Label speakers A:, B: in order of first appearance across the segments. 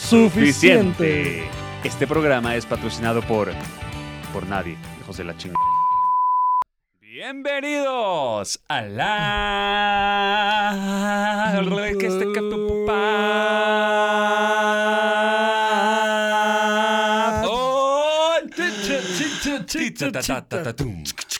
A: suficiente. Este programa es patrocinado por. por nadie, hijos de la chingada. Bienvenidos a la. que este que tu papá.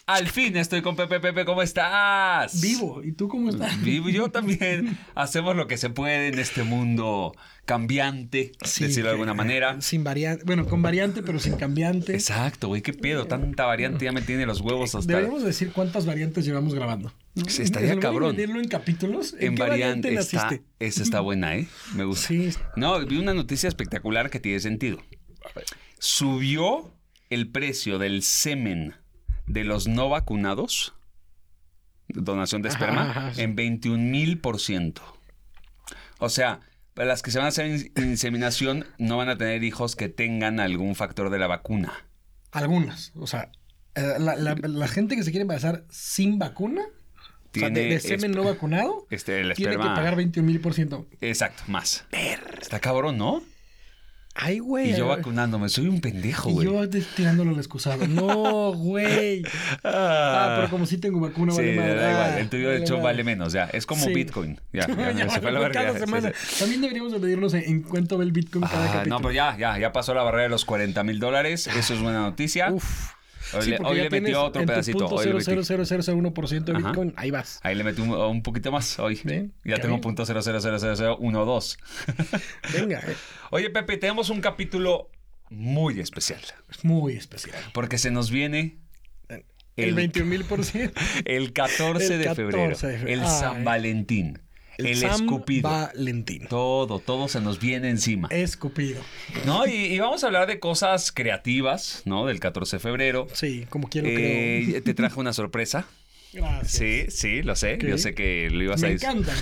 A: Al fin estoy con Pepe Pepe, ¿cómo estás?
B: Vivo, ¿y tú cómo estás?
A: Vivo yo también. Hacemos lo que se puede en este mundo cambiante,
B: Sí,
A: decirlo de alguna
B: que-
A: manera.
B: Sin variante, bueno, con variante, pero sin cambiante.
A: Exacto, güey, qué pedo. Tanta variante ya me tiene los huevos hasta.
B: Deberíamos decir cuántas variantes llevamos grabando.
A: Sí, estaría
B: En lugar de
A: cabrón.
B: dividirlo en capítulos, ¿en,
A: En
B: qué variante
A: variante está.
B: naciste?
A: Esa está buena, ¿eh? Me gusta.
B: Sí.
A: No, vi una noticia espectacular que tiene sentido. Subió el precio del semen de los no vacunados, donación de
B: Ajá,
A: esperma,
B: ajá, sí.
A: en 21 mil por ciento. O sea, para las que se van a hacer in- inseminación no van a tener hijos que tengan algún factor de la vacuna.
B: Algunas. O sea, eh, la, la- la gente que se quiere embarazar sin vacuna, o sea, de- de,
A: Tiene
B: semen
A: esp-
B: no vacunado,
A: Este, el
B: tiene que
A: esperma.
B: pagar 21 mil por ciento.
A: Exacto, más. Está cabrón, ¿no?
B: Ay, güey.
A: Y yo
B: ay,
A: vacunándome, soy un pendejo,
B: Y
A: güey.
B: yo de- tirándolo al excusado. No, güey. Ah, pero como sí tengo vacuna,
A: Sí,
B: vale madre.
A: da igual.
B: Ah,
A: El tuyo, de
B: vale
A: hecho,
B: madre.
A: vale menos. Ya, es como
B: Sí.
A: Bitcoin. Ya, ya,
B: Ya,
A: se fue a
B: bueno,
A: la verga.
B: cada
A: Sí,
B: semana.
A: sí.
B: También deberíamos de medirnos en, en cuánto va el Bitcoin cada
A: Ah,
B: capítulo.
A: no, pero ya, ya, ya pasó la barrera de los 40 mil dólares. Eso es buena noticia.
B: Uf.
A: Hoy
B: Sí,
A: le,
B: porque
A: hoy
B: ya
A: le
B: tienes
A: metió otro
B: en tu
A: pedacito.
B: punto
A: Hoy le metí-
B: 0,0001% de
A: Ajá.
B: Bitcoin, ahí vas.
A: ahí le metí un, un poquito más hoy.
B: Ven,
A: Ya
B: que
A: tengo
B: bien.
A: punto 0.0000012.
B: Venga, eh,
A: Oye, Pepe, tenemos un capítulo muy especial.
B: es muy especial.
A: Porque se nos viene
B: El, 21 mil por ciento. El
A: el 14 de
B: 14 de
A: febrero.
B: febrero.
A: El
B: Ay.
A: San Valentín. El,
B: San
A: escupido.
B: Valentín.
A: Todo, todo se nos viene encima.
B: Escupido.
A: No, y, y vamos a hablar de cosas creativas, ¿no? Del 14 de febrero.
B: Sí, como quiero
A: Eh, te traje una sorpresa.
B: creo. Gracias.
A: Sí, sí, lo sé.
B: Ok.
A: Yo sé que lo ibas, a
B: Me
A: dis-
B: encanta.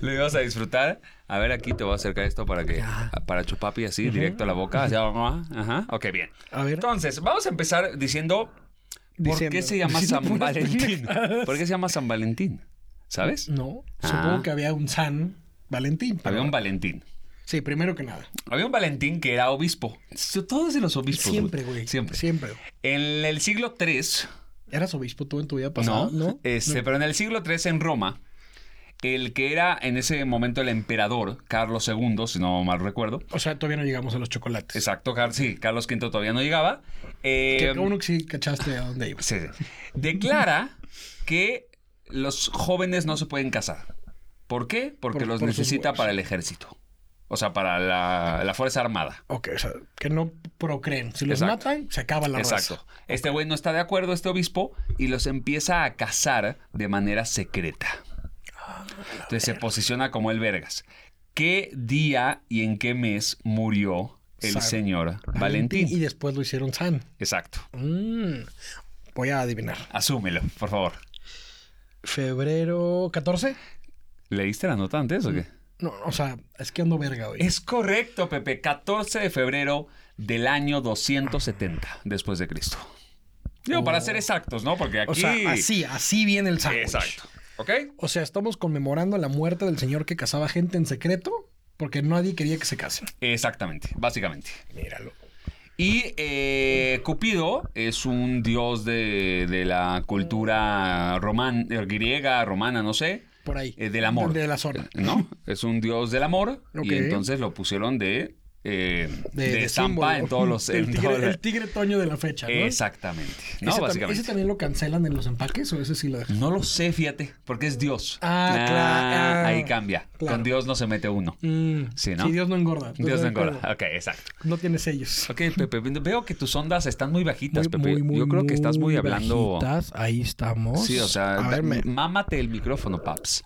A: lo ibas a disfrutar. A ver, aquí te voy a acercar esto para que para chupapi así, directo a la boca. así, ah, Ajá. Ok, bien.
B: A ver,
A: Entonces, vamos a empezar diciendo por qué
B: Diciendo.
A: se llama
B: Diciendo
A: San
B: puras
A: Valentín.
B: pendejadas. Mm.
A: ¿Por qué se llama San Valentín? ¿Sabes?
B: no,
A: Ah.
B: supongo que había un San Valentín. pero-
A: Había un Valentín.
B: Sí, primero que nada.
A: Había un Valentín que era obispo. Todos de los obispos. güey.
B: Siempre, güey.
A: Siempre.
B: Siempre.
A: En el siglo III,
B: ¿Eras obispo tú en tu vida pasada?
A: no,
B: No.
A: Este, pero en el siglo III en Roma, el que era en ese momento el emperador, Carlos II, si no mal recuerdo.
B: O sea, todavía no llegamos a los chocolates.
A: Exacto, Car- sí, Carlos V todavía no llegaba. eh,
B: Que uno que sí cachaste a dónde ibas.
A: sí, sí. declara que los jóvenes no se pueden casar. ¿Por qué? Porque
B: Por-
A: los
B: por sus
A: necesita
B: huevos.
A: para el ejército. O sea, para la, la Fuerza Armada.
B: Ok, o sea, que no procreen. Si los
A: Exacto.
B: matan, se acaba la
A: Exacto.
B: raza.
A: Este güey no está de acuerdo, este obispo, y los empieza a casar de manera secreta. Entonces se posiciona como el Vergas. ¿Qué día y en qué mes murió el
B: San
A: señor
B: Y
A: Valentín?
B: después lo hicieron San.
A: Exacto.
B: Mm, Voy a adivinar.
A: Asúmelo, por favor.
B: ¿Febrero 14?
A: ¿Leíste la nota antes o qué?
B: No, o sea, es que ando verga hoy.
A: Es correcto, Pepe. 14 de febrero del año 270 después de Cristo. Digo, para ser exactos, ¿no? Porque aquí...
B: Oh. O sea, así, así viene el sándwich.
A: Exacto. ¿Ok?
B: O sea, estamos conmemorando la muerte del señor que casaba gente en secreto porque nadie quería que se case.
A: Exactamente, básicamente.
B: Míralo.
A: Y eh, Cupido es un dios de, de la cultura román, eh, griega, romana, no sé,
B: Por ahí.
A: eh, del amor,
B: De la zona.
A: ¿no? Es un dios del amor
B: Ok.
A: y entonces lo pusieron de, eh, de,
B: de símbolo.
A: estampa en todos los...
B: El
A: en
B: tigre,
A: todos los-
B: el tigre toño de la fecha, ¿no?
A: Exactamente, ¿no?
B: ¿Ese, tam-
A: Básicamente.
B: ¿Ese también lo cancelan en los empaques o ese sí lo dejan?
A: No lo sé, fíjate, porque es dios.
B: Ah, claro.
A: Ahí cambia.
B: Claro.
A: Con dios no se mete uno.
B: Mm,
A: Sí, ¿no?
B: Si Dios no engorda.
A: Dios no
B: Entonces,
A: engorda. Ok, exacto.
B: No tiene sellos.
A: Ok, Pepe, veo que tus ondas están muy bajitas,
B: Muy,
A: Pepe.
B: muy, muy,
A: Yo creo que estás muy hablando.
B: bajitas. Ahí estamos.
A: Sí, o sea,
B: A ver, me-
A: mámate el micrófono, paps.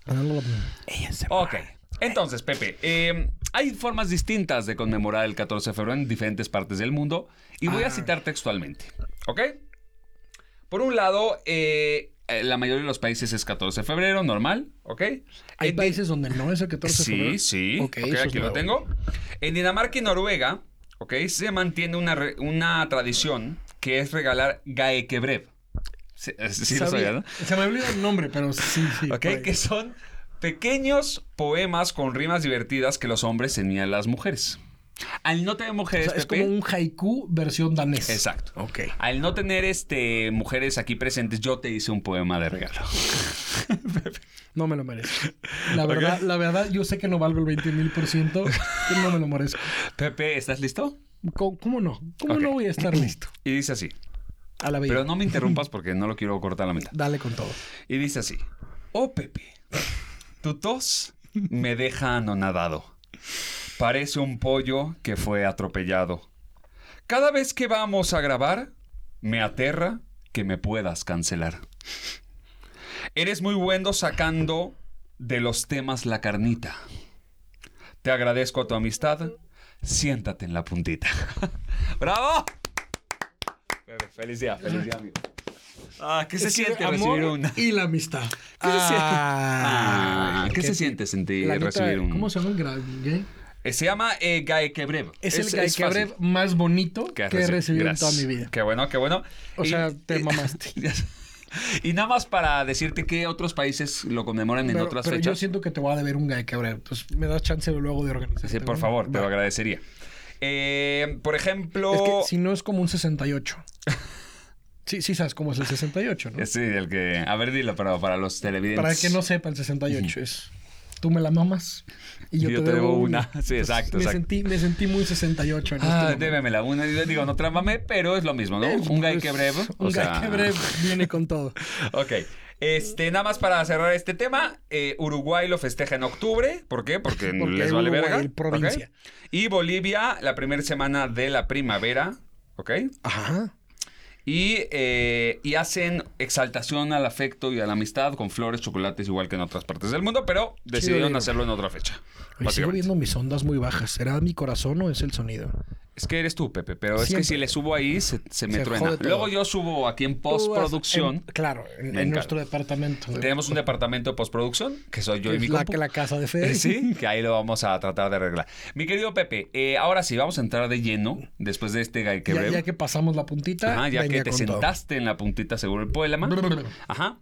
A: Ok. Entonces, Pepe, eh, hay formas distintas de conmemorar el 14 de febrero en diferentes partes del mundo y voy a
B: Ah.
A: citar textualmente, ¿ok? Por un lado, eh, eh, la mayoría de los países es 14 de febrero, normal, ¿ok?
B: Hay
A: En Di-
B: países donde no es el 14 de febrero.
A: Sí, sí.
B: Ok,
A: Ok,
B: eso es
A: aquí lo
B: nuevo.
A: tengo. En Dinamarca y Noruega, ok, se mantiene una, re- una tradición que es regalar gaekebrev. Sí, sí lo
B: Sabía.
A: sabía, ¿no?
B: Se me olvidó el nombre, pero sí, sí.
A: Ok,
B: por ahí.
A: que son pequeños poemas con rimas divertidas que los hombres tenían a las mujeres. Al no tener
B: O
A: mujeres,
B: sea, es
A: Pepe-
B: como un haiku versión danés.
A: este, Exacto.
B: Ok.
A: Al no tener este, mujeres aquí presentes, yo te hice un poema de regalo.
B: No me lo merezco. La verdad, la verdad, yo sé que no valgo el 21 mil por ciento. y No me lo merezco.
A: Pepe, ¿estás listo?
B: ¿Cómo, cómo no? ¿Cómo
A: Ok.
B: no voy a estar listo?
A: Y dice así.
B: A la bella.
A: Pero no me interrumpas porque no lo quiero cortar a la mitad.
B: Dale con todo.
A: Y dice así: Oh Pepe, tu tos me deja anonadado. Parece un pollo que fue atropellado. Cada vez que vamos a grabar, me aterra que me puedas cancelar. Eres muy bueno sacando de los temas la carnita. Te agradezco tu amistad. Siéntate en la puntita. ¡Bravo! Pepe, Feliz día, feliz día, amigo. Ah, ¿qué se
B: Es que
A: siente
B: amor
A: recibir una?
B: Y la amistad.
A: ¿Qué se siente?
B: Ah,
A: Ah, ¿Qué se siente sentir
B: La neta,
A: recibir un.?
B: ¿Cómo se llama el gra- gay?
A: Eh, se llama eh, Gaekebrev.
B: Es, el
A: es
B: gaiquebre
A: fácil.
B: más bonito que
A: has
B: he recibido en
A: Gracias. eh,
B: toda mi vida.
A: Qué bueno, qué bueno.
B: O sea, te mamaste.
A: Y nada más para decirte que otros países lo conmemoran en
B: Pero,
A: otras
B: pero yo
A: fechas.
B: siento que te voy a deber un gaiquebre. Entonces, me das chance luego de organizar.
A: Sí, por favor, te lo agradecería. Eh, por ejemplo.
B: Es que si no es como un 68. Sí, sí sabes cómo es el 68, ¿no?
A: eh, Sí, el que. A ver, dilo para, para los televidentes.
B: Para el que no sepa, el 68 es... Tú me la mamas y yo, te, debo una.
A: Sí, exacto,
B: me,
A: exacto.
B: Sentí, me sentí muy 68 en este
A: Ah,
B: momento.
A: débeme la una. Digo, no trámame, pero es lo mismo, ¿no? Un Gaekebrev. o
B: Un
A: sea-
B: gaiquebre viene con todo.
A: Ok. Este, nada más para cerrar este tema, eh, Uruguay lo festeja en octubre. ¿Por qué? Porque,
B: Porque
A: les vale
B: Uruguay,
A: verga.
B: el provincia.
A: ok. Y Bolivia, la primera semana de la primavera. ¿Ok?
B: Ajá.
A: Y, eh, y hacen exaltación al afecto y a la amistad con flores, chocolates, igual que en otras partes del mundo, pero decidieron
B: digo.
A: hacerlo en otra fecha.
B: Oye, sigo
A: básicamente.
B: viendo mis ondas muy bajas. ¿Será mi corazón o es el sonido?
A: Es que eres tú, Pepe, pero es que
B: Siempre.
A: si le subo ahí se, se me
B: Se
A: truena.
B: jode todo.
A: Luego yo subo aquí en
B: En-
A: postproducción.
B: claro, en- en,
A: encanta.
B: nuestro departamento. de-
A: Tenemos un departamento de postproducción, que soy yo y
B: es
A: mi
B: la,
A: compu.
B: que la casa de
A: Eh,
B: Fede.
A: Sí, que ahí lo vamos a tratar de arreglar. Mi querido Pepe, eh, ahora sí, vamos a entrar de lleno después de este gay que
B: Ya,
A: veo.
B: ya que pasamos la puntita.
A: Ajá, ya
B: venga
A: que te
B: con todo.
A: sentaste en la puntita seguro el poema. Ajá.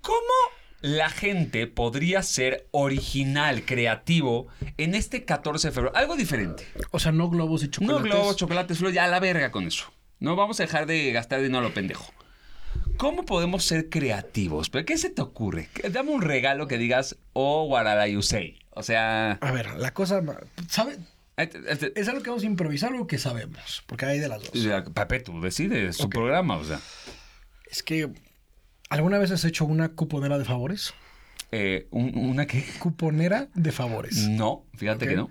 A: ¿Cómo la gente podría ser original, creativo en este 14 de febrero? Algo diferente.
B: O sea, no globos y
A: No
B: chocolates.
A: globos, chocolates, flores, ya a la verga con eso. No vamos a dejar de gastar dinero a lo pendejo. ¿Cómo podemos ser creativos? ¿Pero qué se te ocurre? ¿Qué- Dame un regalo que digas, oh, Guaralayusei. O sea,
B: A ver, la cosa... ma- ¿Sabe?
A: Este- este-
B: Es algo que vamos a improvisar o que sabemos. Porque hay de las dos.
A: Ya, Pepe, tú decides tu programa, o sea.
B: Es que... ¿Alguna vez has hecho una cuponera de favores?
A: Eh, un- ¿Una qué?
B: Cuponera de favores.
A: No, fíjate
B: Ok.
A: que no.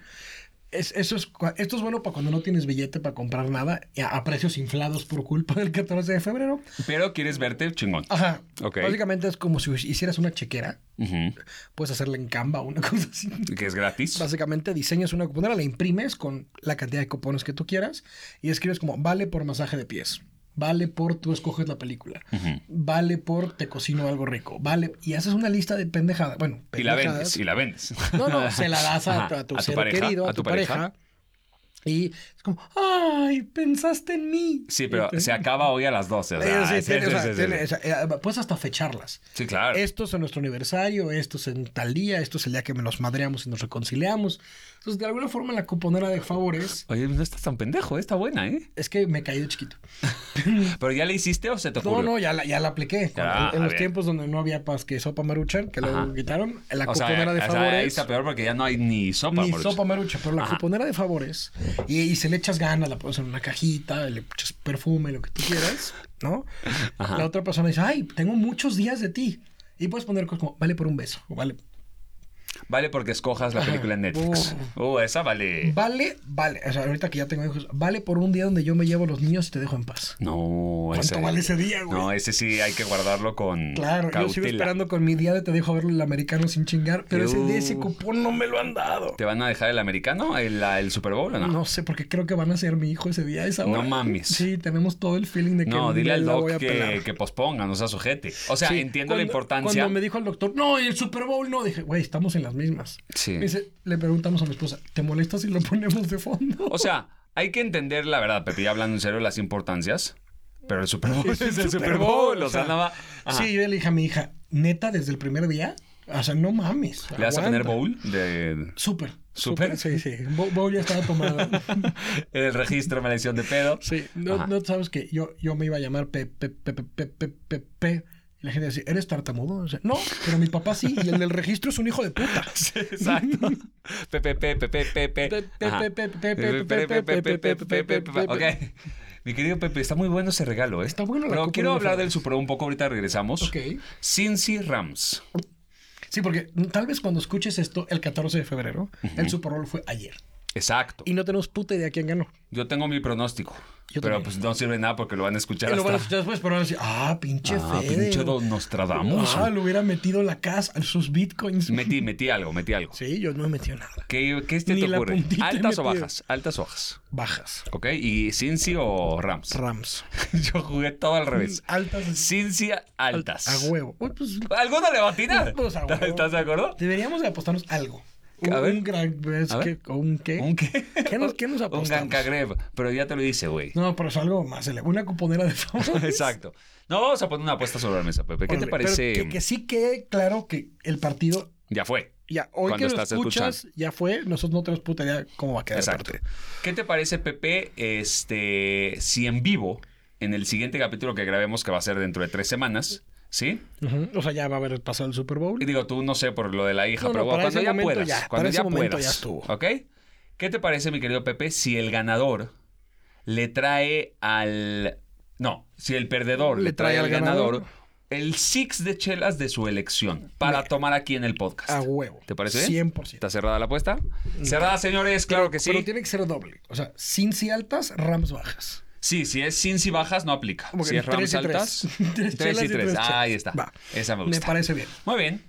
B: Es- eso es, cua- esto es bueno para cuando no tienes billete para comprar nada y a, a precios inflados por culpa del 14 de febrero.
A: Pero quieres verte chingón.
B: Ajá.
A: Ok.
B: Básicamente es como si hicieras una chequera.
A: Ujú.
B: Puedes hacerla en Canva o una cosa así.
A: Que es gratis.
B: Básicamente diseñas una cuponera, la imprimes con la cantidad de cupones que tú quieras y escribes como vale por masaje de pies, vale por tú escoges la película,
A: Ujú.
B: vale por te cocino algo rico, vale y haces una lista de pendejadas. Bueno,
A: Y la
B: pendejadas.
A: vendes, y la vendes.
B: No, no, se la das a,
A: Ajá,
B: a tu ser querido, a, tu, pareja.
A: pareja.
B: Y es como, ¡ay! Pensaste en mí.
A: Sí, pero
B: Y te-
A: se acaba hoy a las 12. o
B: Eh,
A: sea,
B: sí,
A: sí,
B: tiene-
A: sí,
B: o sea,
A: sí, sí,
B: tiene- o
A: sí.
B: sea, eh, Puedes hasta fecharlas.
A: Sí, claro.
B: Esto es en nuestro aniversario, esto es en tal día, esto es el día que nos madreamos y nos reconciliamos. Entonces, de alguna forma, la cuponera de favores
A: Oye, no estás tan pendejo, está buena, ¿eh?
B: es que me caí de chiquito.
A: Pero ya le hiciste o se te ocurrió.
B: No, no, ya la, ya la apliqué.
A: Ya,
B: en en
A: a
B: los
A: ver.
B: tiempos donde no había paz que sopa maruchan, que
A: Ajá.
B: luego quitaron, la
A: O sea,
B: cuponera de
A: o sea,
B: favores.
A: ahí está peor porque ya no hay ni sopa,
B: Ni
A: Moritz.
B: sopa marucha, pero la
A: Ajá.
B: cuponera de favores. Y, y se le echas ganas, la pones en una cajita, le echas perfume, lo que tú quieras, ¿no?
A: Ajá.
B: La otra persona dice, ay, tengo muchos días de ti. Y puedes poner cosas como, vale por un beso, o vale.
A: Vale porque escojas la
B: Ajá. Oh.
A: película en Netflix. Uh, esa vale.
B: Vale, vale. O sea, ahorita que ya tengo hijos, vale por un día donde yo me llevo a los niños y te dejo en paz.
A: No,
B: ¿Cuánto
A: ese.
B: vale ese día, güey?
A: No, ese sí hay que guardarlo con
B: Claro,
A: cautela.
B: yo sigo esperando con mi día de te dejo verlo el americano sin chingar, pero ese
A: Yo-
B: día ese cupón no me lo han dado.
A: ¿Te van a dejar el americano, el, la- el Super Bowl o no?
B: No. sé, porque creo que van a ser mi hijo ese día, a esa
A: No
B: hora.
A: mames.
B: Sí, tenemos todo el feeling de que
A: No,
B: un
A: dile
B: día
A: al
B: la voy
A: doc
B: a
A: que,
B: pelar.
A: que posponga, no sea sujete. O sea,
B: Sí,
A: entiendo la
B: cuando-
A: importancia.
B: Cuando me dijo el doctor, no, y el Super Bowl no, dije, güey, estamos en las mismas.
A: Sí.
B: Me dice, le preguntamos a mi esposa, ¿te molesta si lo ponemos de fondo?
A: O sea, hay que entender la verdad, Pepe, ya hablando en serio, las importancias. Pero el Super Bowl es,
B: Es el Super
A: el Super
B: Bowl,
A: Bowl. O
B: o
A: sea,
B: sea,
A: nada más.
B: sí, yo le dije a mi hija, neta, desde el primer día, o sea, no mames.
A: ¿Le vas a
B: aguanta".
A: poner bowl de,
B: Súper.
A: ¿Súper?
B: Sí, sí. Bo- Bowl ya estaba tomado.
A: en el registro, me de pedo?
B: Sí, no,
A: Ajá.
B: no sabes que yo, yo me iba a llamar Pepe, Pepe, Pepe, Pepe. Y la gente decía, ¿eres tartamudo? O sea, no, pero mi papá sí, y el del registro es un hijo de puta.
A: Sí, Exacto. Pepe, pepe, pepe, pepe.
B: Pe-
A: Eh, Ajá.
B: pe- pe- pe- pe-
A: Pepe,
B: pe-
A: pepe,
B: pe- pe-
A: pepe, pepe,
B: pe-
A: pepe.
B: pe-
A: Ok. Mi querido Pepe, está muy bueno ese regalo, ¿eh?
B: Está bueno la
A: Pero
B: Copa
A: quiero
B: Oro de
A: hablar del
B: Fans.
A: Super Bowl un poco, ahorita regresamos.
B: Ok.
A: Cincy Rams.
B: Sí, porque tal vez cuando escuches esto, el 14 de febrero, el Super Bowl fue ayer.
A: Exacto.
B: Y no tenemos puta idea quién ganó.
A: Yo tengo mi pronóstico.
B: Yo
A: pero
B: también.
A: pues no sirve nada porque lo van a escuchar
B: Y lo van a
A: hasta.
B: escuchar después, pero van a decir, ah, pinche
A: Ah,
B: Fede,
A: pinche
B: o-
A: don Nostradamus.
B: Ah, lo hubiera metido la casa, sus bitcoins.
A: Metí, metí algo, metí algo.
B: Sí, yo no he metido nada.
A: ¿Qué, qué este
B: Ni
A: te
B: la
A: ocurre?
B: puntita he
A: ¿Altas o
B: metido.
A: bajas? Altas o bajas.
B: Bajas.
A: ¿Ok? ¿Y Cincy o Rams?
B: Rams.
A: Yo jugué todo al revés.
B: Altas.
A: Cincy altas.
B: A huevo. Uy, pues,
A: Alguno le va a tirar.
B: Pues, a huevo.
A: ¿Estás de acuerdo?
B: deberíamos de apostarnos algo. Un,
A: A ver.
B: un gran- es
A: A ver.
B: que- o un qué.
A: ¿Un qué?
B: ¿Qué nos, qué nos
A: Un
B: apostamos?
A: gancagreb. Pero ya te lo hice, güey.
B: No, pero es algo más. ele- Una cuponera de
A: pues.
B: favor.
A: Exacto. No, vamos a poner una apuesta sobre la mesa, Pepe. ¿Qué te parece?
B: que, que sí quede claro que el partido,
A: Ya fue.
B: ya hoy
A: Cuando
B: que lo
A: estás
B: escuchas, ya fue. Nosotros no tenemos puta idea cómo va a quedar
A: Exacto.
B: el partido.
A: ¿Qué te parece, Pepe, este, si en vivo, en el siguiente capítulo que grabemos, que va a ser dentro de tres semanas, ¿sí?
B: Ujú. O sea, ya va a haber pasado el Super Bowl.
A: Y digo, tú no sé por lo de la hija,
B: No, no,
A: pero bueno,
B: para
A: cuando
B: ese
A: ya
B: momento
A: puedas.
B: ya,
A: cuando
B: para
A: ya
B: ese momento
A: puedas.
B: ya estuvo.
A: ¿Ok? ¿Qué te parece, mi querido Pepe, si el ganador le trae al. No, si el perdedor le, trae, al ganador, el six de chelas de su elección para
B: Me-
A: tomar aquí en el podcast.
B: A huevo.
A: ¿Te parece?
B: 100%.
A: ¿Está cerrada la apuesta? Cerrada, señores, claro que sí.
B: Mm. Pero tiene que ser doble. O sea, sin si altas, Rams bajas.
A: Sí, si es sin si bajas, no aplica.
B: Como que
A: si es Rams
B: tres y tres.
A: altas,
B: Tres
A: 3
B: chelas
A: y
B: y
A: 3.
B: tres chelas.
A: ahí está.
B: Va.
A: Esa me
B: Me
A: gusta.
B: parece bien.
A: Muy bien.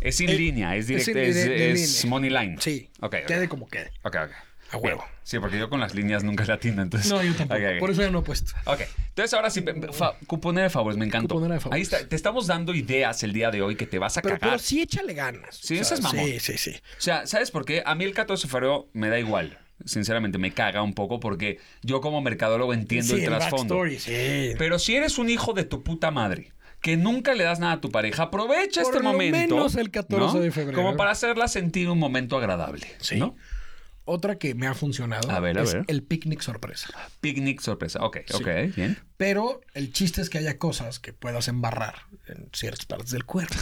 A: Es sin
B: Eh,
A: línea, es directo,
B: sin-
A: es,
B: de- de
A: es
B: línea.
A: money line.
B: Sí.
A: Ok, ok.
B: Quede como quede.
A: Ok, ok.
B: A huevo.
A: Bien. Sí, porque yo con las líneas nunca latino, entonces.
B: No, yo tampoco.
A: Ok, ok.
B: Por eso ya no he puesto.
A: Ok, entonces ahora sí, fa- cuponera de favores, me encantó.
B: Cuponera de favores.
A: Ahí está, te estamos dando ideas el día de hoy que te vas a
B: Pero,
A: cagar.
B: pero sí échale ganas.
A: Sí, ese es mamón.
B: Sí, sí, sí.
A: O sea, ¿sabes por qué? A mí el 14 de febrero me da igual. Sinceramente, me caga un poco porque yo como mercadólogo entiendo
B: sí,
A: el trasfondo.
B: backstory, sí.
A: Pero si eres un hijo de tu puta madre, que nunca le das nada a tu pareja, aprovecha
B: Por
A: este
B: lo
A: momento.
B: menos el 14 de febrero.
A: Como para hacerla sentir un momento agradable.
B: Sí.
A: ¿no?
B: Otra que me ha funcionado
A: A ver, a
B: es
A: ver.
B: el picnic sorpresa.
A: Picnic sorpresa. Ok,
B: Sí.
A: ok, bien.
B: Pero el chiste es que haya cosas que puedas embarrar en ciertas partes del cuerpo.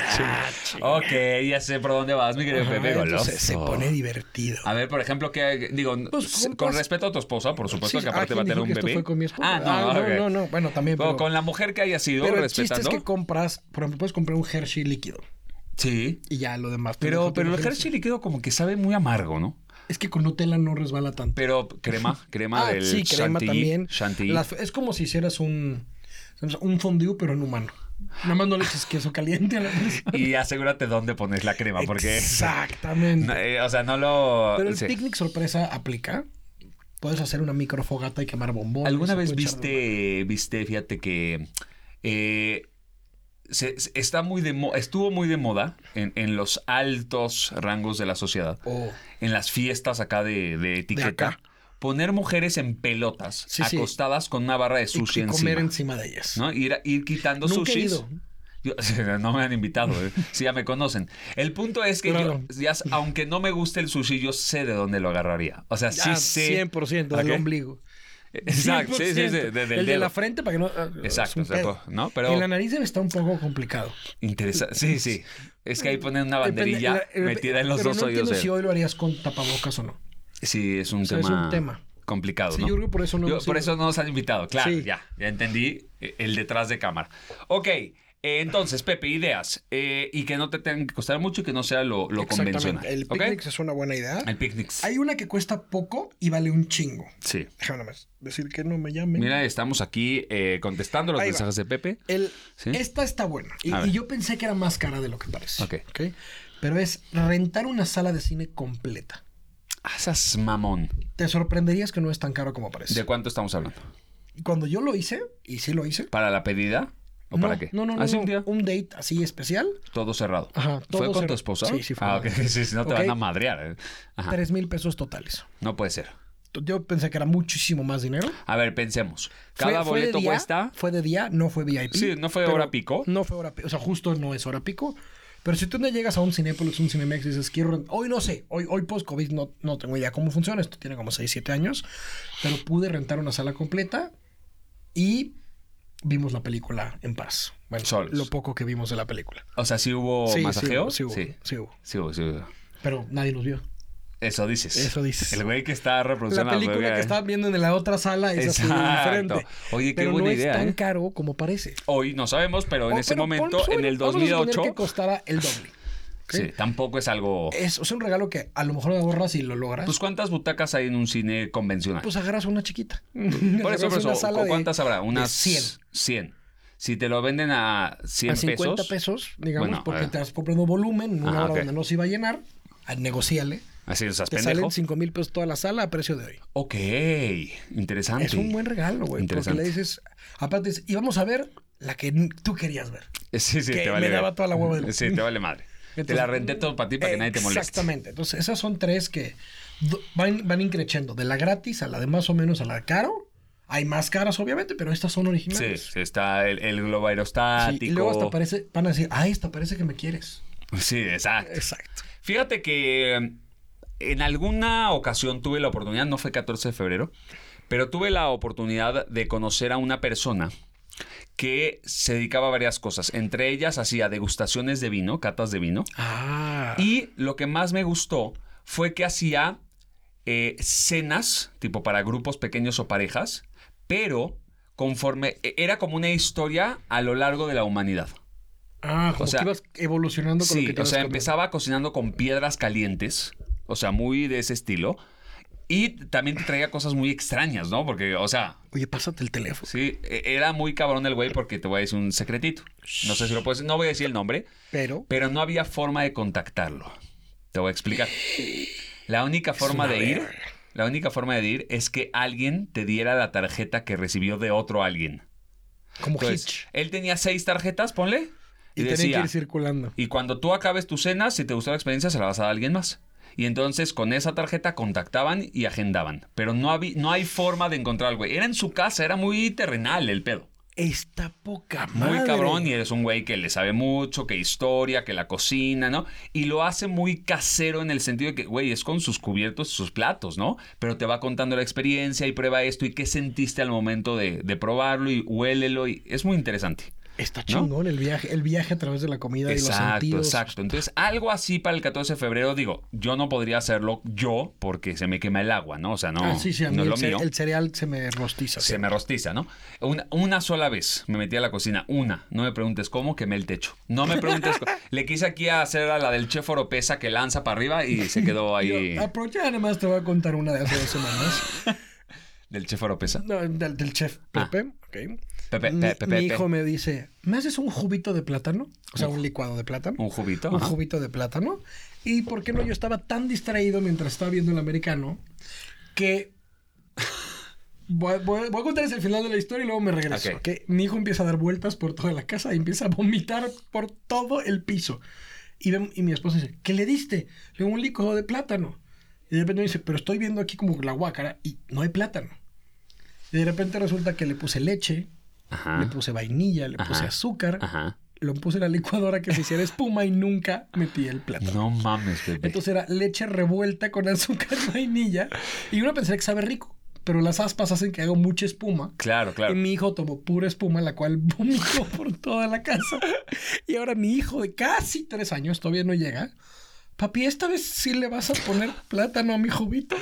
B: Ah, chido.
A: Ok, ya sé por dónde vas, mi querido
B: Ajá,
A: Pepe Goloso.
B: Ah,
A: Ah,
B: entonces se pone divertido.
A: A ver, por ejemplo, que digo,
B: Pues,
A: s- con
B: compras-
A: respeto a tu esposa, por supuesto
B: Sí,
A: que aparte
B: ah,
A: va a
B: ¿quién
A: tener
B: dijo
A: un
B: que esto
A: bebé.
B: fue con mi esposa?
A: Ah, no,
B: Ah, no,
A: ok.
B: no, no, bueno, también,
A: Pero
B: pero-
A: con la mujer que haya sido,
B: Pero el chiste es
A: respetando.
B: que compras, por ejemplo, puedes comprar un Hershey líquido
A: Sí.
B: y ya lo demás.
A: Pero,
B: pendejo,
A: pero el
B: te imaginas.
A: Hershey líquido como que sabe muy amargo, ¿no?
B: Es que con Nutella no resbala tanto.
A: Pero crema, crema
B: Ah,
A: del
B: sí, crema
A: chantilly,
B: también.
A: chantilly.
B: Las- es como si hicieras un, un fondue, pero en humano. Nada más no le eches queso caliente a la
A: Y asegúrate dónde pones la crema, porque.
B: Exactamente.
A: No, eh, o sea, no lo.
B: pero el
A: sí.
B: picnic sorpresa aplica. Puedes hacer una microfogata y quemar bombones.
A: ¿Alguna
B: se
A: vez
B: puede echar
A: viste, viste, fíjate que eh, se- se- está muy de mo- estuvo muy de moda en, en los altos rangos de la sociedad,
B: Oh.
A: en las fiestas acá de, de etiqueta,
B: acá.
A: poner mujeres en pelotas,
B: Sí, sí.
A: acostadas con una barra de
B: y-
A: sushi
B: y
A: encima.
B: comer encima de ellas.
A: ¿no? Ir, ir quitando
B: Nunca he
A: sushis.
B: ido.
A: Yo- no me han invitado, eh. sí, ya me conocen. El punto es que
B: Claro.
A: yo, ya s- aunque no me guste el sushi, yo sé de dónde lo agarraría. O sea, sí
B: Ah,
A: sé.
B: 100%
A: ¿A
B: del
A: qué?
B: ombligo.
A: Exacto, sí, sí, sí,
B: 100%.
A: desde el
B: el de
A: dedo.
B: la frente para que no. ah, es
A: Exacto,
B: un
A: o sea,
B: pedo.
A: ¿no? Pero-
B: En la nariz debe estar un poco complicado.
A: Interesante. Sí, sí. Es que ahí ponen una
B: Depende-
A: banderilla
B: la- eh,
A: metida en los
B: pero
A: dos
B: no
A: hoyos.
B: entiendo
A: del-
B: si hoy lo harías con tapabocas o no.
A: Sí, es un,
B: sea,
A: tema
B: es un tema.
A: complicado,
B: Sí,
A: ¿no?
B: yo creo que por eso no
A: Yo-
B: hemos
A: por
B: ido.
A: eso no nos han invitado, claro,
B: Sí.
A: ya. Ya entendí eh, el detrás de cámara. Ok, Eh, entonces, Pepe, ideas. Eh, y que no te tengan que costar mucho y que no sea lo, lo
B: Exactamente.
A: convencional.
B: El
A: ¿ok?
B: picnic es una buena idea.
A: El picnic.
B: Hay una que cuesta poco y vale un chingo.
A: Sí.
B: Déjame nomás decir que no me llamen.
A: Mira, estamos aquí eh, contestando los
B: Ahí va.
A: mensajes de Pepe.
B: El-
A: Sí.
B: Esta está buena. Y,
A: A ver.
B: y yo pensé que era más cara de lo que parece.
A: Ok.
B: ¿ok? Pero es rentar una sala de cine completa.
A: Ah, esas mamón.
B: Te sorprenderías que no es tan caro como parece.
A: ¿De cuánto estamos hablando?
B: Y Cuando yo lo hice, y sí lo hice.
A: ¿Para la pedida? ¿O
B: no,
A: para qué?
B: No, no, no.
A: ¿Así
B: no,
A: un día?
B: date así especial.
A: Todo cerrado.
B: Ajá, todo
A: ¿Fue con
B: cerrado.
A: tu esposa?
B: Sí, sí, fue
A: Ah,
B: con
A: ok.
B: mi
A: Sí, sí, no te
B: Ok.
A: van a madrear. eh. Ajá.
B: Tres mil pesos totales.
A: No puede ser.
B: Yo pensé que era muchísimo más dinero.
A: A ver, pensemos.
B: Fue-
A: Cada
B: fue de
A: boleto
B: día,
A: cuesta.
B: Fue de día, no fue VIP.
A: Sí, no fue
B: pero-
A: hora pico.
B: No fue hora pico. O sea, justo no es hora pico. Pero si tú no llegas a un Cinépolis, un Cinemex y dices, quiero. rent- Hoy no sé, hoy, hoy post-COVID no, no tengo idea cómo funciona. Esto tiene como 6, 7 años. Pero pude rentar una sala completa y vimos la película en paz. Bueno,
A: Solos.
B: lo poco que vimos de la película.
A: O sea, ¿sí hubo
B: Sí, sí
A: masajeo?
B: hubo, sí hubo, sí hubo.
A: Sí hubo, sí hubo.
B: Pero nadie nos vio.
A: Eso dices.
B: Eso dices.
A: El güey que está
B: La
A: reproduciendo ¿eh?
B: película que estaban viendo en la otra sala es así
A: Exacto.
B: diferente.
A: Oye, qué
B: pero
A: buena
B: no
A: idea,
B: es tan
A: ¿eh?
B: caro como parece.
A: Hoy no sabemos, pero en
B: Oh,
A: ese
B: pero pon-
A: momento,
B: suena-
A: en el
B: vamos a suponer
A: 2008,
B: que costara el doble. ¿ok?
A: sí, tampoco es algo.
B: Es, es un regalo que a lo mejor ahorras y lo logras.
A: Pues,
B: Pues,
A: ¿cuántas butacas hay en un cine convencional?
B: agarras una chiquita.
A: por eso,
B: Agarras
A: por
B: una
A: eso,
B: sala
A: ¿cu-
B: de-
A: ¿cuántas habrá? Unas
B: de 100.
A: 100. Si te lo venden a 100
B: A 50 pesos, digamos,
A: Bueno,
B: porque
A: ah.
B: te vas comprando volumen en una
A: Ah,
B: hora
A: ok.
B: donde no se iba a llenar. ah, Negociale.
A: Así, o sea,
B: Te
A: pendejo.
B: salen 5 mil pesos toda la sala a precio de hoy.
A: Ok, interesante.
B: Es un buen regalo, güey. Porque
A: Interesante.
B: le dices, aparte, dices, y vamos a ver la que n- tú querías ver.
A: Sí, sí,
B: que
A: te vale
B: me
A: ver.
B: daba toda la hueva del-
A: Sí, te vale madre. te
B: Entonces-
A: la renté todo para ti para que nadie te moleste.
B: Exactamente. Entonces, esas son tres que do- van, van increciendo. De la gratis a la de más o menos a la de caro. Hay más caras, obviamente, pero estas son
A: Sí,
B: originales.
A: sí, está el, el globo
B: Sí,
A: aerostático.
B: y luego hasta parece, van a decir, ay, esta parece que me quieres.
A: Sí, exacto.
B: Exacto.
A: Fíjate que eh, en alguna ocasión tuve la oportunidad, no fue 14 de febrero, pero tuve la oportunidad de conocer a una persona que se dedicaba a varias cosas. Entre ellas hacía degustaciones de vino, catas de vino.
B: Ah.
A: Y lo que más me gustó fue que hacía eh, cenas, tipo para grupos pequeños o parejas, pero conforme e- era como una historia a lo largo de la humanidad.
B: ah, como
A: o sea,
B: que ibas evolucionando con lo
A: Sí,
B: que te
A: o
B: ibas
A: sea,
B: comiendo.
A: empezaba cocinando con piedras calientes, o sea, muy de ese estilo. Y también te traía cosas muy extrañas, ¿no? Porque, o sea,
B: Oye, pásate el teléfono.
A: sí, e- era muy cabrón el güey porque te voy a decir un secretito. No sé si lo puedes, no voy a decir el nombre,
B: Pero.
A: pero no había forma de contactarlo. Te voy a explicar. La única forma
B: una
A: de ir,
B: verga.
A: la única forma de ir es que alguien te diera la tarjeta que recibió de otro alguien.
B: Como
A: Entonces,
B: Hitch.
A: él tenía seis tarjetas, ponle.
B: Y, tenía que
A: Y, pues, decía,
B: ir circulando.
A: y cuando tú acabes tu cena, si te gustó la experiencia, se la vas a dar a alguien más. Y entonces con esa tarjeta contactaban y agendaban. Pero no, había, no hay forma de encontrar al güey. Era en su casa, era muy terrenal el pedo.
B: Está poca
A: Muy
B: madre.
A: cabrón y eres un güey que le sabe mucho, que historia, que la cocina, ¿no? Y lo hace muy casero en el sentido de que, güey, es con sus cubiertos y sus platos, ¿no? Pero te va contando la experiencia y prueba esto y qué sentiste al momento de, de probarlo y huélelo y es muy interesante.
B: Está chingón el viaje, el viaje a través de la comida y los
A: Exacto,
B: sentidos.
A: exacto. Entonces, algo así para el 14 de febrero, digo, yo no podría hacerlo yo porque se me quema el agua, ¿no? O sea, no,
B: Ah, sí, sí, a mí
A: no es
B: el,
A: lo
B: ce-
A: mío.
B: el cereal se me rostiza.
A: Se me rostiza, ¿no? Una, una sola vez me metí a la cocina, una. No me preguntes cómo, quemé el techo. No me preguntes. co- Le quise aquí hacer a la del chef Oropesa que lanza para arriba y se quedó ahí.
B: Yo, ah. apro- ya nada más te voy a contar una de hace dos semanas.
A: Del chef Oropesa.
B: No, del, del chef
A: Ah.
B: Pepe. ok.
A: Pepe,
B: mi,
A: pe- pe-
B: mi
A: pe-
B: hijo me dice, ¿me haces un juguito de plátano? O sea, un licuado de plátano.
A: Un juguito.
B: un
A: ajá.
B: juguito de plátano. Y por qué no, yo estaba tan distraído mientras estaba viendo el americano que. Voy, voy- voy a contarles el final de la historia y luego me regreso.
A: Ok.
B: ¿ok? Mi hijo empieza a dar vueltas por toda la casa y empieza a vomitar por todo el piso. Y, vem- y mi esposa dice: ¿Qué le diste? Le digo, un licuado de plátano. Y de repente me dice: Pero estoy viendo aquí como la guácara y no hay plátano. Y de repente resulta que le puse leche, le
A: Ajá.
B: puse vainilla, le puse
A: Ajá.
B: azúcar
A: Ajá.
B: lo puse en la licuadora que se hiciera espuma y nunca metí el plátano.
A: No mames, Pepe.
B: Entonces era leche revuelta con azúcar y vainilla. Y uno pensaría que sabe rico, pero las aspas hacen que haga mucha espuma.
A: Claro, claro.
B: Y mi hijo tomó pura espuma, la cual vomitó por toda la casa. Y ahora mi hijo de casi tres años, todavía no llega, Papi, ¿esta vez sí le vas a poner plátano a mi juguito?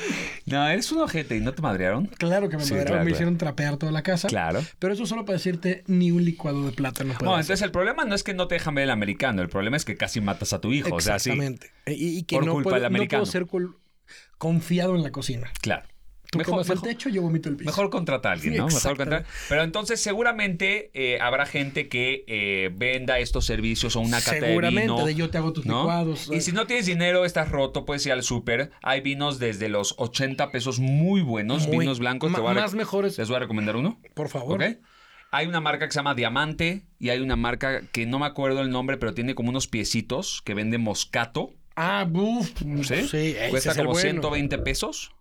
A: No, eres un ojete y no te madrearon.
B: Claro que me
A: Sí,
B: madrearon, me
A: claro, claro.
B: hicieron trapear toda la casa.
A: Claro.
B: Pero eso solo para decirte, ni un licuado de plátano puede
A: No,
B: hacer.
A: entonces el problema no es que no te dejan ver el americano, el problema es que casi matas a tu hijo. O sea, sí.
B: Exactamente. E, Y, y que
A: Por
B: no,
A: culpa
B: puedo,
A: del
B: no puedo
A: americano.
B: ser cul- confiado en la cocina.
A: Claro.
B: Tú
A: Mejor-
B: comas
A: mejor-
B: el techo, yo vomito el piso.
A: Mejor contrata a alguien,
B: Sí,
A: ¿no? Mejor
B: exactamente.
A: contrata- Pero entonces seguramente eh, habrá gente que eh, venda estos servicios o una cata de
B: Seguramente,
A: vino.
B: de yo te hago tus
A: ¿no?
B: licuados. eh.
A: Y si no tienes dinero, estás roto, puedes ir al súper. Hay vinos desde los 80 pesos muy buenos,
B: Muy-
A: vinos blancos.
B: ma-
A: Te voy a re-
B: más mejores.
A: ¿Les voy a recomendar uno?
B: Por favor.
A: ¿Ok? Hay una marca que se llama Diamante y hay una marca que no me acuerdo el nombre, pero tiene como unos piecitos que vende moscato.
B: Ah, buf.
A: ¿Sí?
B: ese
A: Cuesta
B: es el
A: como
B: bueno.
A: 120 pesos.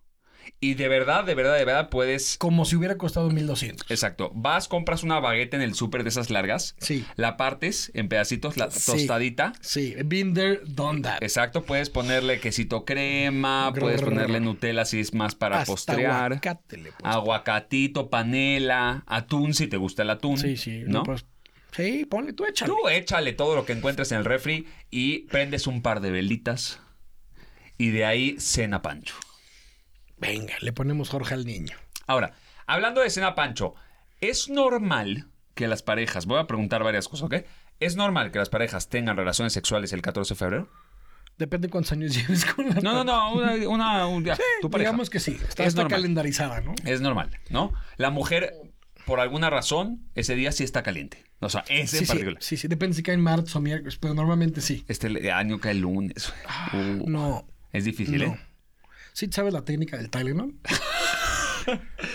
A: Y de verdad, de verdad, de verdad puedes...
B: Como si hubiera costado 1200.
A: Exacto. Vas, compras una baguette en el súper de esas largas.
B: Sí.
A: La partes en pedacitos, la
B: Sí.
A: tostadita.
B: Sí, been there, done that.
A: Exacto, puedes ponerle quesito crema,
B: Grrr.
A: puedes ponerle Nutella si es más para
B: Hasta
A: postrear.
B: aguacate le puedes-
A: Aguacatito, panela, atún si te gusta el atún.
B: Sí, sí.
A: ¿no?
B: pues, sí, ponle tú, échale.
A: Tú échale todo lo que encuentres en el refri y prendes un par de velitas y de ahí cena pancho.
B: Venga, le ponemos Jorge al niño.
A: Ahora, hablando de cena pancho, ¿es normal que las parejas, voy a preguntar varias cosas, ¿ok? ¿Es normal que las parejas tengan relaciones sexuales el 14 de febrero?
B: Depende cuántos años lleves con la
A: No, no, no, una, una- un- ya, tu pareja.
B: Digamos que sí. Está,
A: Es
B: está
A: normal.
B: calendarizada, ¿no?
A: Es normal, ¿no? La mujer, por alguna razón, ese día sí está caliente. O sea,
B: Sí,
A: ese en
B: sí,
A: particular.
B: sí, sí, depende si cae en marzo o miércoles, pero normalmente sí.
A: Este año cae el lunes. Uh,
B: Ah, No,
A: Es difícil,
B: no.
A: ¿eh?
B: ¿Sí sabes la técnica del Tylenol?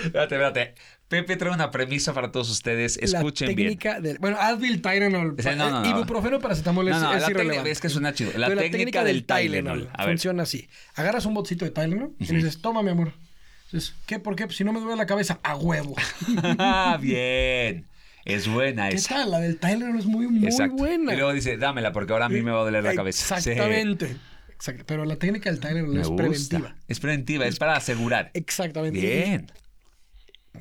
A: Espérate, espérate. Pepe trae una premisa para todos ustedes.
B: la
A: Escuchen bien.
B: técnica del... Bueno, Advil, Tylenol, eh,
A: Sí, no, no, no.
B: ibuprofeno, paracetamol es,
A: No, no,
B: es
A: la técnica-
B: irrelevante.
A: es que suena chido. La
B: Pero
A: técnica del Tylenol. A ver.
B: funciona así. Agarras un botcito de Tylenol y le dices, toma, mi amor. Dices, ¿qué? ¿Por qué? Pues si no me duele la cabeza, a huevo.
A: Ah, bien. Es buena
B: ¿Qué
A: esa.
B: tal? La del Tylenol es muy, muy
A: Exacto.
B: buena. Eh,
A: Y luego dice, dámela porque ahora a mí me va a doler la cabeza. Sí.
B: Exactamente. Exacto. Pero la técnica del Tylenol
A: Me
B: es
A: gusta.
B: preventiva.
A: Es preventiva, es para asegurar.
B: Exactamente.
A: Bien.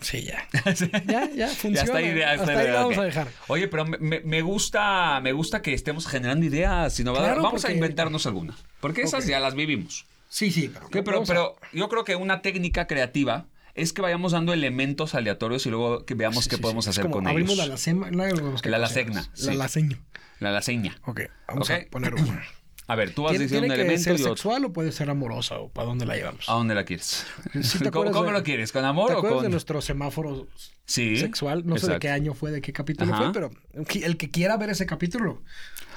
B: Sí, ya.
A: Sí.
B: Ya, ya, funciona.
A: hasta ahí, hasta
B: Hasta
A: ahí,
B: ahí
A: ok.
B: la vamos a dejar.
A: Oye, pero me- me, me gusta, me gusta que estemos generando ideas innovadoras.
B: Claro,
A: Vamos a
B: porque-
A: inventarnos alguna. Porque esas
B: Ok.
A: ya las vivimos.
B: Sí, sí. Pero,
A: Ok, Pero,
B: vamos a-
A: pero yo creo que una técnica creativa es que vayamos dando elementos aleatorios y luego que veamos
B: sí,
A: qué
B: sí,
A: podemos
B: sí. Es
A: hacer
B: como
A: con
B: abrimos
A: ellos.
B: la alacena. no, no, no, no,
A: La
B: no,
A: alacena,
B: La
A: sí.
B: alaceña.
A: La laseña.
B: Ok, vamos
A: Ok.
B: a poner una.
A: A ver, tú vas
B: ¿Tiene,
A: diciendo
B: tiene
A: un
B: que
A: elemento
B: ser
A: y otro.
B: sexual o puede ser amorosa o para dónde la llevamos?
A: ¿A dónde la quieres?
B: Sí, ¿te
A: ¿Cómo,
B: acuerdas
A: cómo
B: de-
A: lo quieres? ¿Con amor
B: ¿Te
A: o
B: acuerdas
A: con...?
B: de nuestro semáforo
A: Sí.
B: sexual? No sé de
A: exacto.
B: qué año fue, de qué capítulo fue,
A: Ajá.
B: pero el que quiera ver ese capítulo,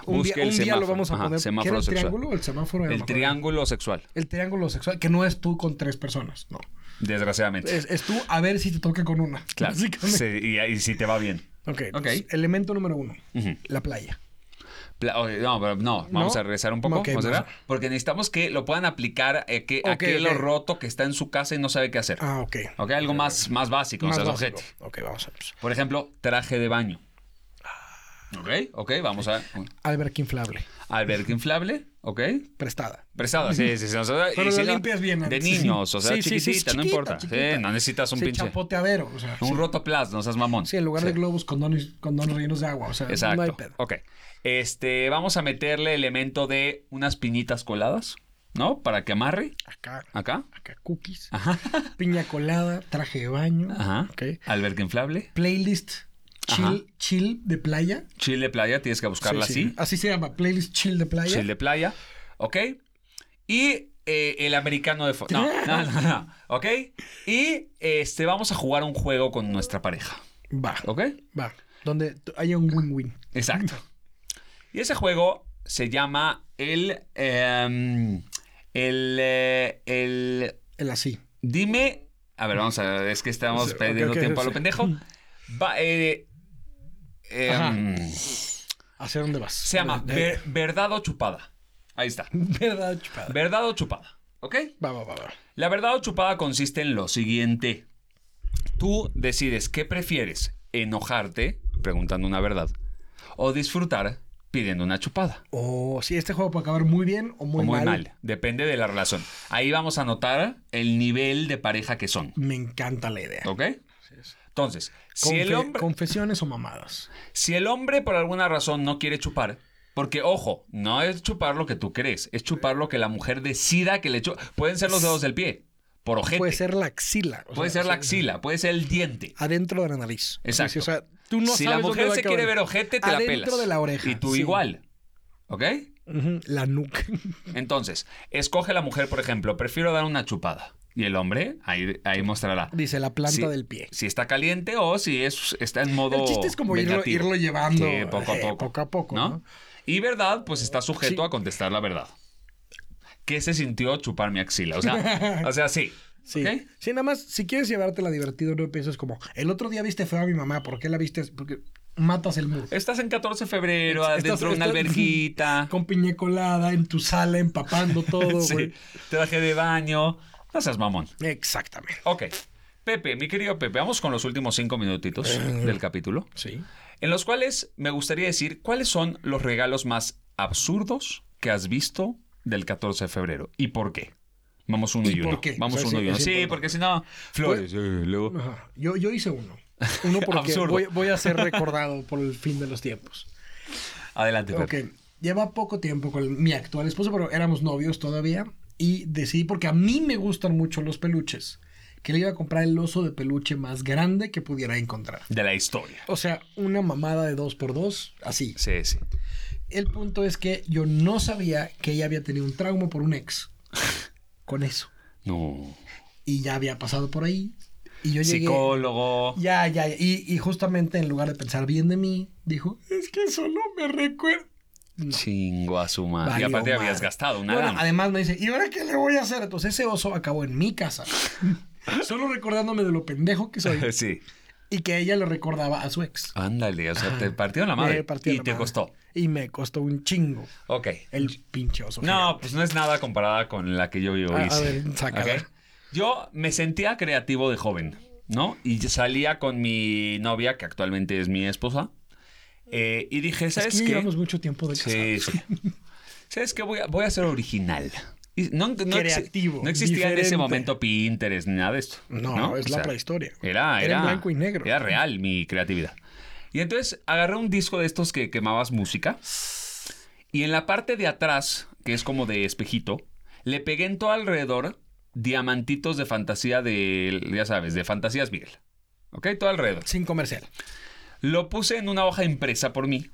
B: un,
A: Busque
B: día,
A: el
B: un día lo
A: semáforo.
B: vamos a
A: Ajá,
B: poner. ¿Qué
A: semáforo
B: era el
A: sexual.
B: triángulo o el semáforo?
A: El triángulo sexual,
B: El triángulo sexual, que no es tú con tres personas, no.
A: desgraciadamente.
B: Es, es tú a ver si te toca con una.
A: claro.
B: Eh, Básicamente.
A: Sí, y, y si te va bien.
B: Ok,
A: Ok.
B: entonces, elemento número uno,
A: Ujú.
B: la playa.
A: Pla- oye, No, pero no, vamos
B: ¿No?
A: a regresar un poco.
B: Ok,
A: vamos a
B: vamos.
A: regresar, porque necesitamos que lo puedan aplicar eh, que, a
B: Ok,
A: aquel
B: ok.
A: roto que está en su casa y no sabe qué hacer.
B: Ah, ok.
A: ¿Ok? Algo más, más básico. o
B: Más
A: sea,
B: básico.
A: ojete.
B: Ok, vamos a ver.
A: Por ejemplo, traje de baño. ¿Ok? Ok, vamos a...
B: Alberca inflable,
A: Alberca inflable, ¿ok?
B: prestada.
A: Prestada, sí, sí, sí. o sea,
B: Pero
A: y
B: la
A: si no-
B: limpias bien
A: De
B: antes.
A: niños, o sea,
B: Sí, sí, sí,
A: chiquitita,
B: es
A: no
B: chiquita,
A: importa.
B: chiquita.
A: Sí, no necesitas un
B: Sí,
A: pinche...
B: chapoteadero, o sea. sí.
A: Un rotoplas, no seas mamón.
B: Sí, en lugar de globos, condones, condones rellenos de agua. O sea,
A: Exacto.
B: no hay pedo.
A: Ok. Este, vamos a meterle elemento de unas piñitas coladas, ¿no? Para que amarre
B: Acá,
A: acá.
B: acá cookies,
A: Ah. Ajá.
B: piña colada, traje de baño.
A: Ajá.
B: ok.
A: Alberca inflable.
B: Playlist chill,
A: Ajá.
B: chill de playa.
A: Chile playa, tienes que buscarla
B: Sí, sí.
A: así.
B: Así se llama, playlist chill de playa.
A: Chile playa. ¿Ok? Y eh, el americano de fondo. No, no, no, no. ¿Ok? Y este, vamos a jugar un juego con nuestra pareja.
B: Va,
A: ¿Ok?
B: va. Donde t- haya un win-win.
A: Exacto.
B: Mm.
A: Y ese juego se llama el. em, el. eh, el
B: El así.
A: Dime. A ver, vamos a. Es que estamos
B: Sí, ok,
A: perdiendo
B: ok,
A: tiempo a lo
B: sí.
A: pendejo. Va, eh, eh,
B: Ajá.
A: mm,
B: ¿Hacia dónde vas?
A: se llama
B: Eh,
A: Ver- Verdad o Chupada. Ahí está.
B: Verdad, chupada.
A: Verdad o Chupada. ¿Ok?
B: Va, va, va, va.
A: La verdad o chupada consiste en lo siguiente. Tú decides qué prefieres, enojarte preguntando una verdad o disfrutar pidiendo una chupada.
B: O si este juego puede acabar muy bien o muy,
A: o muy mal.
B: mal.
A: depende de la relación. Ahí vamos a notar el nivel de pareja que son.
B: Me encanta la idea.
A: ¿Ok? Entonces, si
B: Confe-
A: el hombre...
B: Confesiones o mamadas.
A: Si el hombre por alguna razón no quiere chupar, Porque, ojo, no es chupar lo que tú crees, es chupar lo que la mujer decida que le chupa. Pueden ser los dedos del pie, por ojete.
B: Puede ser la axila. o
A: Puede
B: sea,
A: ser la axila, puede ser el diente.
B: Adentro de la nariz.
A: Exacto.
B: Sí, sí, o sea, tú no
A: si
B: sabes dónde
A: la mujer
B: va a
A: se quiere
B: acabar.
A: ver ojete, te la
B: Adentro
A: pelas.
B: de la oreja.
A: Y tú
B: sí.
A: igual. ¿Ok?
B: Ujú, La nuca.
A: Entonces, escoge la mujer, por ejemplo, prefiero dar una chupada. Y el hombre, ahí, ahí mostrará.
B: Dice la planta
A: Sí.
B: del pie.
A: Si está caliente o si es, está en modo.
B: El chiste es como irlo,
A: vengativo.
B: irlo llevando
A: Sí, poco a
B: eh,
A: poco.
B: poco a poco,
A: ¿no?
B: ¿no?
A: Y verdad, pues está sujeto
B: Sí.
A: a contestar la verdad. ¿Qué se sintió chupar mi axila? O sea, o sea sí.
B: Sí.
A: ¿Ok?
B: Sí, nada más, si quieres llevártela divertido, no pienses como, el otro día viste feo a mi mamá, ¿por qué la viste? así?" Porque matas el mood.
A: Estás en 14 de febrero,
B: Estás-
A: adentro de una
B: estás-
A: alberquita.
B: Con piña colada, en tu sala, empapando todo,
A: sí,
B: güey.
A: traje de baño. No seas mamón.
B: Exactamente.
A: Ok. Pepe, mi querido Pepe, vamos con los últimos cinco minutitos
B: Eh.
A: del capítulo,
B: Sí.
A: en los cuales me gustaría decir cuáles son los regalos más absurdos que has visto del 14 de febrero y por qué. Vamos uno
B: ¿Y
A: y, uno.
B: por qué?
A: Vamos
B: O sea,
A: uno
B: sí, Pues,
A: y uno.
B: es
A: Sí,
B: importante.
A: porque si no, flores. eh, luego-
B: Ajá. Yo, yo hice uno. Uno porque
A: Absurdo.
B: voy, voy a ser recordado por el fin de los tiempos.
A: Adelante, Pepe.
B: Ok. Lleva poco tiempo con mi actual esposo, pero éramos novios todavía. Y decidí, porque a mí me gustan mucho los peluches, que le iba a comprar el oso de peluche más grande que pudiera encontrar.
A: De la historia.
B: O sea, una mamada de dos por dos, así.
A: Sí, sí.
B: El punto es que yo no sabía que ella había tenido un trauma por un ex. Con eso.
A: No.
B: Y ya había pasado por ahí. Y yo llegué.
A: Psicólogo.
B: Ya, ya, ya. Y, y justamente en lugar de pensar bien de mí, dijo, es que solo me recuerda.
A: Chingo a su madre. Ah, Y
B: Valió
A: aparte habías
B: madre.
A: gastado una
B: Bueno,
A: lana.
B: además me dice, ¿y ahora qué le voy a hacer? Entonces ese oso acabó en mi casa. Solo recordándome de lo pendejo que soy
A: sí.
B: y que ella lo recordaba a su ex.
A: Ándale, Ah, o sea, te partieron la
B: Me
A: madre.
B: partió
A: y
B: la
A: te
B: madre.
A: costó.
B: Y me costó un chingo
A: Ok.
B: el pinche oso.
A: No, pues no es nada comparada con la que yo hice.
B: Ah, A- a ver, sácala.
A: Ok. Yo me sentía creativo de joven, ¿no? Y yo salía con mi novia, que actualmente es mi esposa. eh, y dije,
B: Es que
A: ¿sabes
B: ya
A: qué?
B: llevamos mucho tiempo de casados.
A: Sí, sí. ¿Sabes qué? Voy a, voy a ser original. Y no, no exi-
B: Creativo,
A: No existía en
B: diferente.
A: ese momento Pinterest ni nada de esto.
B: No, es
A: O
B: la
A: sea, eh,
B: prehistoria.
A: Era,
B: Era
A: era.
B: en blanco y negro.
A: Era real mi creatividad. Y entonces agarré un disco de estos que quemabas música. Y en la parte de atrás, que es como de espejito, le pegué en todo alrededor diamantitos de fantasía de. Ya sabes, de fantasías Miguel. ¿Ok? Todo alrededor.
B: Sin comercial.
A: Lo puse en una hoja impresa por mí.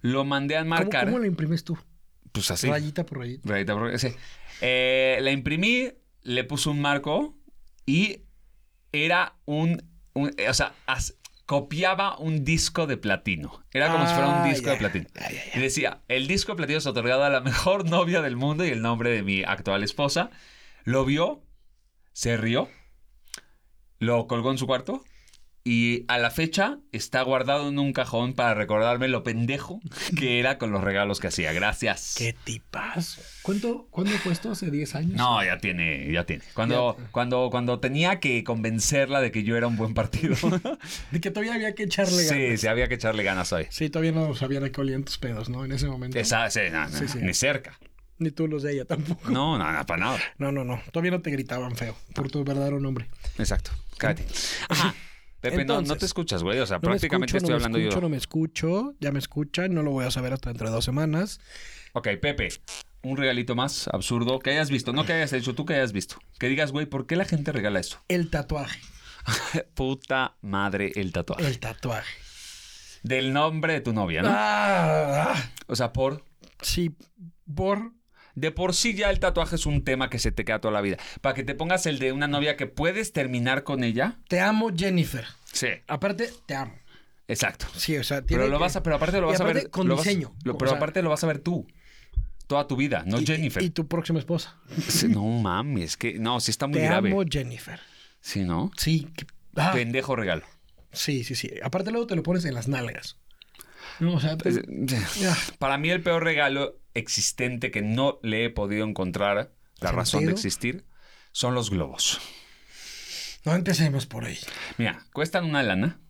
A: Lo mandé a
B: ¿Cómo,
A: marcar.
B: cómo lo imprimes tú?
A: Pues así.
B: Rayita por rayita.
A: Rayita por- sí. Eh, la imprimí, le puse un marco y era un. un- eh, o sea, as- copiaba un disco de platino. Era como si fuera
B: Ah,
A: un disco
B: ya,
A: de platino.
B: ya, ya,
A: Y decía: el disco de platino es otorgado a la mejor novia del mundo y el nombre de mi actual esposa. Lo vio, se rió, lo colgó en su cuarto. Y a la fecha está guardado en un cajón para recordarme lo pendejo que era con los regalos que hacía. Gracias.
B: Qué tipazo. ¿Cuánto, ¿Cuándo fue esto? ¿Hace 10 años?
A: No, ya tiene, ya tiene. Cuando, cuando, cuando tenía que convencerla de que yo era un buen partido.
B: De que todavía había que echarle ganas.
A: sí, sí, había que echarle ganas hoy.
B: Sí, todavía no sabían a qué olían tus pedos, ¿no? En ese momento.
A: Esa, sí, no, no,
B: Sí, sí.
A: Ni cerca.
B: Ni tú los de ella tampoco.
A: No, no, no, para nada.
B: No, no, no. Todavía no te gritaban feo por tu verdadero nombre.
A: Exacto. Cállate. Ajá. Pepe, no, no
B: Entonces,
A: te escuchas, güey. O sea,
B: No me
A: prácticamente
B: escucho,
A: estoy
B: no
A: hablando
B: me escucho,
A: yo.
B: No me escucho, ya me escuchan, no lo voy a saber hasta dentro de dos semanas.
A: Ok, Pepe, un regalito más absurdo que hayas visto. No que hayas hecho, tú que hayas visto. Que digas, güey, ¿por qué la gente regala esto?
B: El tatuaje.
A: Puta madre el tatuaje.
B: El tatuaje.
A: Del nombre de tu novia, ¿no?
B: Ah, ah.
A: O sea, por...
B: sí, por.
A: De por sí ya el tatuaje es un tema que se te queda toda la vida. Para que te pongas el de una novia que puedes terminar con ella.
B: Te amo, Jennifer.
A: Sí.
B: Aparte, te amo.
A: Exacto.
B: Sí, o sea, tiene
A: Pero lo
B: que-
A: vas a, pero aparte lo
B: Y
A: vas a
B: aparte
A: ver
B: Con
A: lo vas-
B: diseño.
A: lo-
B: o
A: pero
B: sea,
A: aparte lo vas a ver tú. Toda tu vida, no
B: y-
A: Jennifer.
B: Y, tu próxima esposa.
A: Sí, no mames, que no, sí está muy
B: te
A: grave.
B: amo, Jennifer.
A: Sí, ¿no?
B: Sí. que- ah,
A: Pendejo regalo.
B: sí, sí, sí. Aparte, luego te lo pones en las nalgas. No, o sea,
A: Pues,
B: te-
A: eh,
B: ya.
A: Para mí el peor regalo existente que no le he podido encontrar la razón de
B: ¿Sentido?
A: existir son los globos.
B: no empecemos por ahí.
A: Mira, cuestan una lana.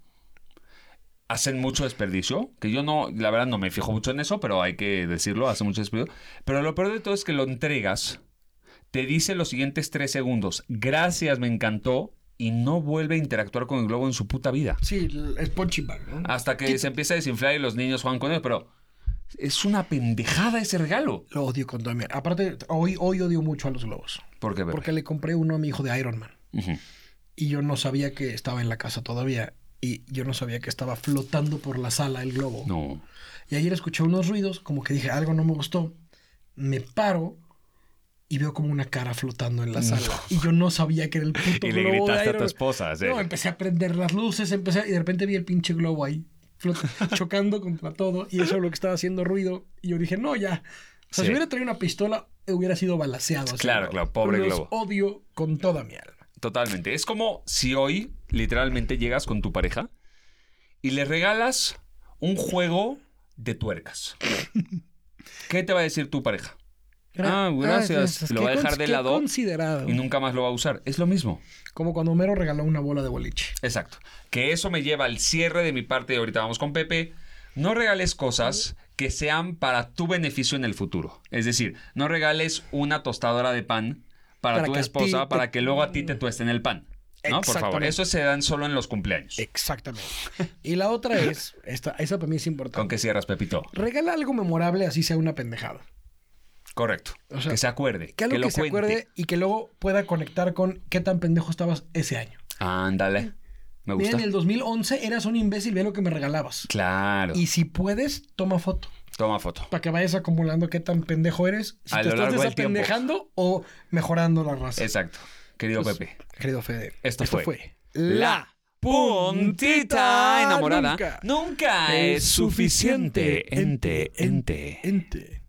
A: Hacen mucho desperdicio, que yo no, la verdad no me fijo mucho en eso, pero hay que decirlo, hace mucho desperdicio. Pero lo peor de todo es que lo entregas, te dice los siguientes tres segundos, gracias, me encantó, y no vuelve a interactuar con el globo en su puta vida.
B: Sí, el- es punching bag, ¿no?
A: Ah. Hasta que se empieza a desinflar y los niños juegan con él, pero Es una pendejada ese regalo.
B: Lo odio con todo mi... Aparte, hoy, hoy odio mucho a los globos.
A: ¿Por qué, Pepe?
B: Porque le compré uno a mi hijo de Iron Man.
A: Ujú.
B: Y yo no sabía que estaba en la casa todavía. Y yo no sabía que estaba flotando por la sala el globo.
A: No.
B: Y ayer escuché unos ruidos, como que dije, algo no me gustó. Me paro y veo como una cara flotando en la sala. Y yo no sabía que era el puto
A: Y le
B: globo de
A: gritaste a tu
B: Iron Man.
A: esposa, sí.
B: No, empecé a prender las luces, empecé a- y de repente vi el pinche globo ahí, flot- chocando contra todo. Y eso es lo que estaba haciendo ruido. Y yo dije, no, ya. O sea,
A: Sí.
B: si hubiera traído una pistola, hubiera sido balaseado. ese
A: Claro,
B: globo.
A: claro, pobre
B: Los
A: globo.
B: odio con toda mi alma.
A: Totalmente. Es como si hoy literalmente llegas con tu pareja y le regalas un juego de tuercas. ¿Qué te va a decir tu pareja? Ah, gracias.
B: es
A: Lo
B: que
A: va a dejar
B: cons-
A: de
B: qué
A: lado
B: Considerado.
A: y nunca más lo va a usar. Es lo mismo.
B: Como cuando Homero regaló una bola de boliche.
A: Exacto. Que eso me lleva al cierre de mi parte y ahorita vamos con Pepe. No regales cosas que sean para tu beneficio en el futuro. Es decir, no regales una tostadora de pan para,
B: Para
A: tu
B: que a
A: esposa
B: ti te-
A: para que luego a ti te tuesten el pan. ¿No? Por favor.
B: Exactamente.
A: Eso se dan solo en los cumpleaños.
B: Exactamente. Y la otra es, esta, esa para mí es
A: ¿Con
B: importante.
A: qué cierras, Pepito?
B: Regala algo memorable, así sea una pendejada.
A: Correcto.
B: O sea,
A: que se acuerde.
B: Que
A: Que,
B: algo que,
A: lo
B: se
A: cuente.
B: acuerde y que luego pueda conectar con qué tan pendejo estabas ese año.
A: Ándale. Me
B: Mira,
A: gusta.
B: en el 2011 eras un imbécil, ve lo que me regalabas.
A: Claro.
B: Y si puedes, toma foto.
A: Toma foto.
B: Para que vayas acumulando qué tan pendejo eres. Si
A: A
B: te
A: lo
B: estás
A: largo del tiempo.
B: desapendejando o mejorando la raza.
A: Exacto. Querido Pepe.
B: Querido Fede,
A: Esto fue
B: Pues La
A: puntita enamorada
B: Nunca.
A: nunca es suficiente. Ente, ente.
B: Ente.